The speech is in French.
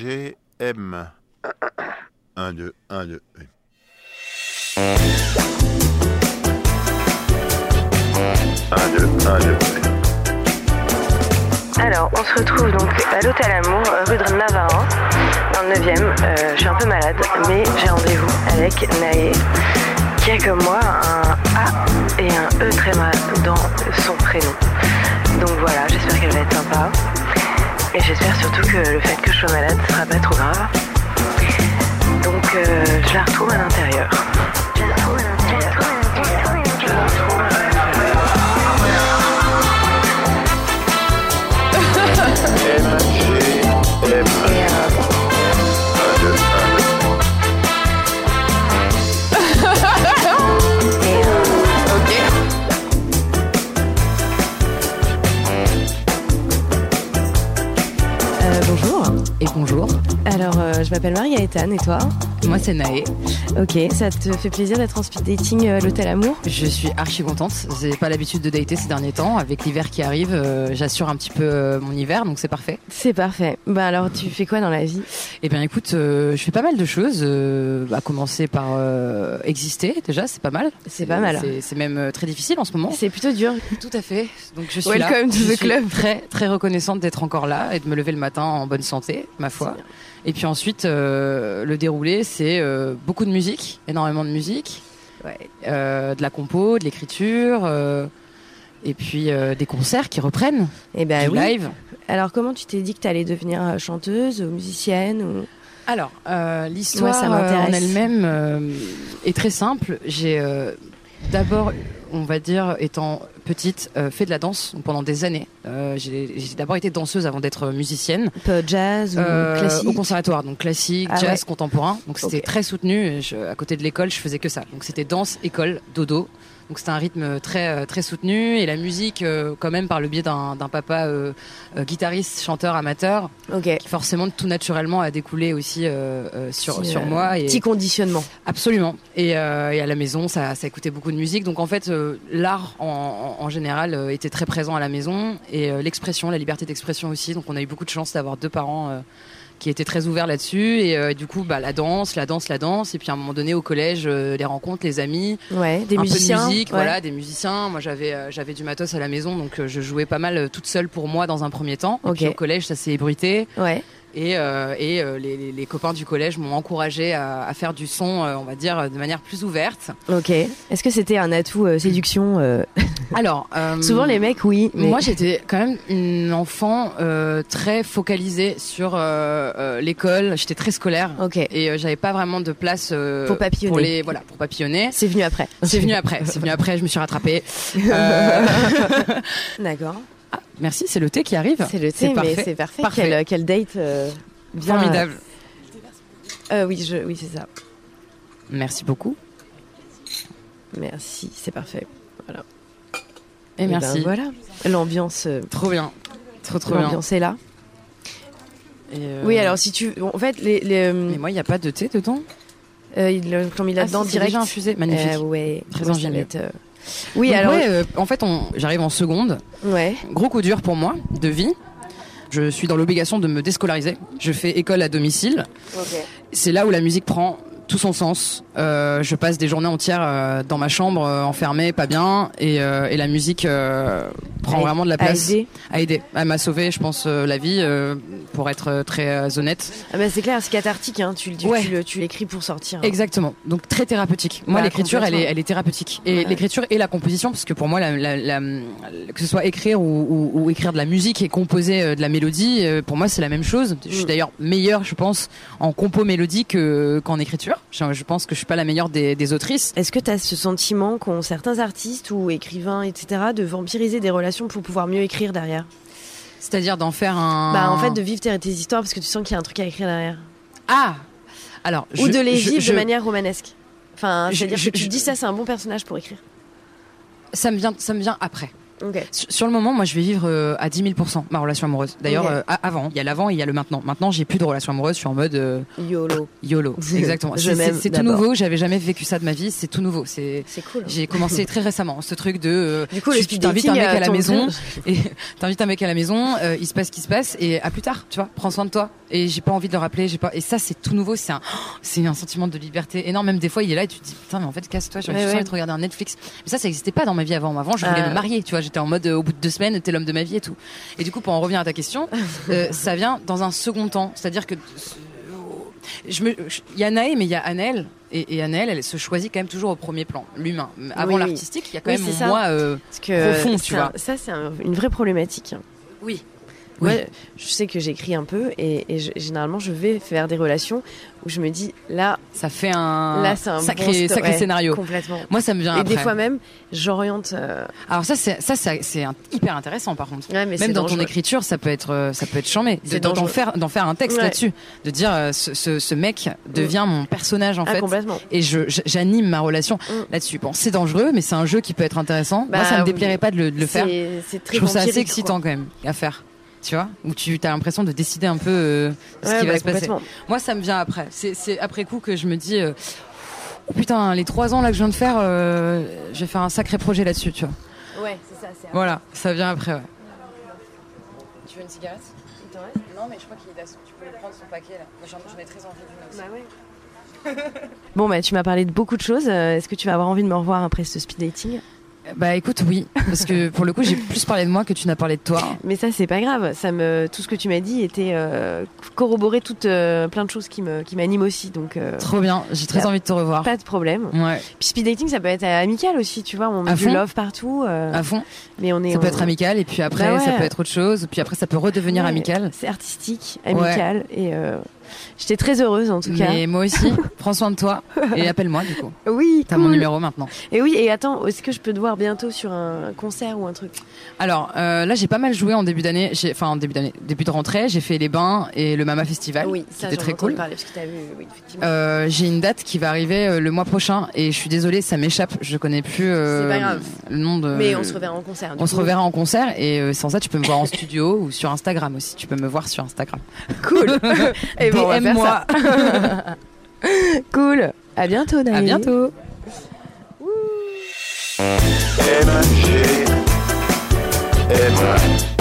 MGM. 1, 2, 1, 2. Un, deux, un, deux. Alors, on se retrouve donc à l'hôtel Amour, euh, rue de Navarin, dans le 9 e je suis un peu malade, mais j'ai rendez-vous avec Naé, qui a comme moi un A et un E très mal dans son prénom. Donc voilà, j'espère qu'elle va être sympa. Et j'espère surtout que le fait que je sois malade ne sera pas trop grave. Donc euh, je la retrouve à l'intérieur. Je la retrouve à l'intérieur. Je la retrouve à l'intérieur. MGM. Et, euh, 1, 2, 1, 2. et, euh, Euh, bonjour Et bonjour, Alors, euh, je m'appelle Maria Ethan et toi moi c'est Naé. Ok, ça te fait plaisir d'être en speed dating euh, l'hôtel Amour Je suis archi contente. J'ai pas l'habitude de dater ces derniers temps. Avec l'hiver qui arrive, euh, j'assure un petit peu euh, mon hiver, donc c'est parfait. C'est parfait. Bah alors, tu fais quoi dans la vie Eh bien écoute, euh, je fais pas mal de choses. euh, à commencer par euh, exister déjà, c'est pas mal. C'est pas mal. C'est- C'est même euh, très difficile en ce moment. C'est plutôt dur. Tout à fait. Donc je suis Welcome là. to Je the suis club. Très très reconnaissante d'être encore là et de me lever le matin en bonne santé, ma foi. Et puis ensuite, euh, le déroulé, c'est euh, beaucoup de musique, énormément de musique, Euh, de la compo, de l'écriture, euh, et puis euh, des concerts qui reprennent, Et ben du oui. live. Alors, comment tu t'es dit que t'allais devenir euh, chanteuse ou musicienne ou... Alors, euh, Moi, l'histoire ça euh, en m'intéresse. elle-même euh, est très simple. J'ai euh, d'abord, on va dire, étant petite, euh, fait de la danse pendant des années. Euh, J'ai j'ai d'abord été danseuse avant d'être musicienne. peu jazz ou Euh, classique au conservatoire, donc classique, Ah jazz, ouais. contemporain. Donc c'était Ok. très soutenu. Et je- à côté de l'école, je faisais que ça. Donc c'était danse, école, dodo. Donc c'était un rythme très euh, très soutenu et la musique, euh, quand même, par le biais d'un d'un papa euh, euh, guitariste, chanteur, amateur, Ok. qui forcément tout naturellement a découlé aussi euh, euh, sur Petit, sur euh, moi. Et... Petit conditionnement. Absolument. Et, euh, et à la maison, ça, ça écoutait beaucoup de musique. Donc en fait, euh, l'art en, en- en général euh, était très présent à la maison et euh, l'expression, la liberté d'expression aussi. Donc on a eu beaucoup de chance d'avoir deux parents euh, qui étaient très ouverts là-dessus. Et euh, du coup, bah, la danse, la danse, la danse. Et puis à un moment donné, au collège, euh, les rencontres, les amis, Ouais. Des un musiciens. peu de musique, ouais. voilà, des musiciens. Moi, j'avais euh, j'avais du matos à la maison, donc euh, je jouais pas mal euh, toute seule pour moi dans un premier temps. Et Ok. puis au collège, ça s'est ébruité. Ouais. Et, euh, et euh, les, les- les copains du collège m'ont encouragé à, à faire du son, euh, on va dire, de manière plus ouverte. Ok. Est-ce que c'était un atout euh, séduction euh, Alors, euh, Souvent, les mecs, oui. Mais... Moi, j'étais quand même une enfant euh, très focalisée sur euh, euh, l'école. J'étais très scolaire Ok. et euh, j'avais pas vraiment de place euh, Pour papillonner. pour les voilà pour papillonner. C'est venu après. C'est venu après. C'est venu après. Je me suis rattrapée. Euh, D'accord. Merci. C'est le thé qui arrive. C'est le thé, mais parfait. c'est parfait. Parfait. Quel, quel date euh, bien, Formidable. euh, euh, oui, je, oui, c'est ça. Merci beaucoup. Merci, c'est parfait. Et, Eh ben, merci. voilà, l'ambiance, euh, Trop bien. Trop trop bien. l'ambiance est là. Et, euh, Oui, alors si tu, en fait, les, les, Mais moi, il n'y a pas de thé dedans. euh, ils l'ont mis là-dedans Ah, si, c'est direct. Déjà infusé, magnifique. Euh, ouais, Très ouais, ça va ingénieux. être, euh, Oui, Donc alors, ouais, euh, en fait, on, j'arrive en seconde. ouais. Gros coup dur pour moi de vie. Je suis dans l'obligation de me déscolariser. Je fais école à domicile. C'est là où la musique prend tout son sens. Euh, je passe des journées entières euh, dans ma chambre, euh, enfermée, pas bien, et, euh, et la musique euh, prend A- vraiment de la place. A aidé. À aider. Elle m'a sauvé, je pense, euh, la vie, euh, pour être euh, très euh, honnête. Ah bah, c'est clair, c'est cathartique. Hein. Tu, le- tu, Ouais. tu le- tu l'écris pour sortir. hein. Exactement. Donc très thérapeutique. Moi, Bah, l'écriture, elle est, complètement. elle est thérapeutique. Ouais. Et l'écriture et la composition, parce que pour moi, la, la- la- que ce soit écrire ou, ou- ou écrire de la musique et composer euh, de la mélodie, euh, pour moi, c'est la même chose. Je suis Mm. d'ailleurs meilleure, je pense, en compo mélodie que qu'en écriture. Je, je pense que je suis pas la meilleure des, des autrices. Est-ce que tu as ce sentiment qu'ont certains artistes ou écrivains, etc., de vampiriser des relations pour pouvoir mieux écrire derrière C'est-à-dire d'en faire un. Bah, en fait, de vivre tes, tes histoires parce que tu sens qu'il y a un truc à écrire derrière. Ah. Alors. ou je- de les je- vivre je- de manière romanesque. Enfin, Je- c'est-à-dire que je- tu je- dis ça, c'est un bon personnage pour écrire. Ça me vient, ça me vient après. Ok. Sur, sur le moment, moi, je vais vivre euh, à 10 000 ma relation amoureuse. D'ailleurs, Ok. euh, a- avant, il y a l'avant, et il y a le maintenant. Maintenant, j'ai plus de relation amoureuse. Je suis en mode euh, YOLO. YOLO. Exactement. Je C'est- C'est m'aime c'est tout d'abord. nouveau. J'avais jamais vécu ça de ma vie. C'est tout nouveau. C'est C'est cool. hein. j'ai commencé très récemment ce truc de euh, Du coup, tu- le tu speed t'invites dating un mec à la ton maison village. et t'invites un mec à la maison euh, il se passe ce qui se passe et à plus tard tu vois prends soin de toi et j'ai pas envie de le rappeler j'ai pas et ça c'est tout nouveau c'est un c'est un sentiment de liberté énorme même des fois il est là et tu te dis putain mais en fait casse-toi j'ai Ouais, juste ouais. envie de regarder un Netflix mais ça ça existait pas dans ma vie avant avant je voulais Ah. me marier tu vois j'étais en mode euh, au bout de deux semaines t'es l'homme de ma vie et tout et du coup pour en revenir à ta question euh, ça vient dans un second temps c'est-à-dire que je me- je- il y a Naé, mais il y a Annelle. Et, et Annelle, elle se choisit quand même toujours au premier plan, l'humain. Avant Oui, oui. l'artistique, il y a quand Oui, même c'est mon ça. moi. euh, Parce que profond, c'est tu un- vois. Ça, c'est un- une vraie problématique. hein. Oui. Moi, je sais que j'écris un peu et, et je- généralement, je vais faire des relations où je me dis là, Ça fait un, là, c'est un bon sacré, sto- sacré ouais, scénario. Complètement. Moi, ça me vient Et après. des fois même, j'oriente. euh, Alors ça, c'est ça, ça, c'est un- hyper intéressant par contre. ouais, mais c'est Même dans ton dangereux. écriture, ça peut être, euh, ça peut être chambé. De- C'est D'en dangereux. faire, d'en faire un texte Ouais. là-dessus, de dire euh, ce, ce- ce mec devient mon personnage en Ah, fait. complètement. Et je- je- j'anime ma relation Mm. là-dessus. Bon, c'est dangereux, mais c'est un jeu qui peut être intéressant. Bah, Moi, ça me oui. déplairait pas de le, de le faire. C'est- C'est très je trouve ça assez vampirique, quoi. excitant quand même à faire. Tu vois Où tu as l'impression de décider un peu euh, ce Ouais, qui bah, va se passer. complètement. Moi, ça me vient après. C'est- C'est après coup que je me dis euh, oh, putain, les trois ans là que je viens de faire, euh, je vais faire un sacré projet là-dessus, tu vois. Ouais, c'est ça. c'est- Voilà, ça vient après, ouais. Tu veux une cigarette Non, mais je crois qu'il est là. Tu peux le prendre son paquet là. J'en ai très envie Bah d'une Bon, bah, tu m'as parlé de beaucoup de choses. Euh, Est-ce que tu vas avoir envie de me revoir après ce speed dating Bah écoute, oui. Parce que pour le coup, j'ai plus parlé de moi que tu n'as parlé de toi. Mais ça, c'est pas grave. Ça me, tout ce que tu m'as dit était euh, corroboré toutes euh, plein de choses qui me, qui m'animent aussi. Donc euh, Trop bien, j'ai très Ah. envie de te revoir. pas de problème. Ouais, Puis speed dating, ça peut être euh, amical aussi, tu vois. On met À du fond. love partout, euh, à fond. mais on est. Ça peut on- être amical et puis après Bah ouais. ça peut être autre chose. Puis après ça peut redevenir Ouais, amical. C'est artistique, Ouais. amical, et euh, j'étais très heureuse en tout Mais moi aussi, prends soin de toi et appelle-moi du coup. cas. Oui, T'as mon cool. numéro maintenant. Et oui, et attends, est-ce que je peux te voir bientôt sur un concert ou un truc Alors euh, là, j'ai pas mal joué en début d'année, J'ai- enfin en début d'année, début de rentrée, j'ai fait les bains et le Mama Festival. c'était j'en ai très entendu cool. Parler, parce que t'as vu, oui, effectivement. Euh, j'ai une date qui va arriver euh, le mois prochain et je suis désolée, ça m'échappe, je connais plus euh, C'est pas grave. le nom de. mais on se reverra en concert. du Euh, On se coup. reverra en concert et euh, sans ça, tu peux me voir en studio ou sur Instagram aussi. Tu peux me voir sur Instagram. Cool. et bon, Eh ben, on va faire ça. DM-moi. Cool. À bientôt, Naël. À bientôt. M, G, M,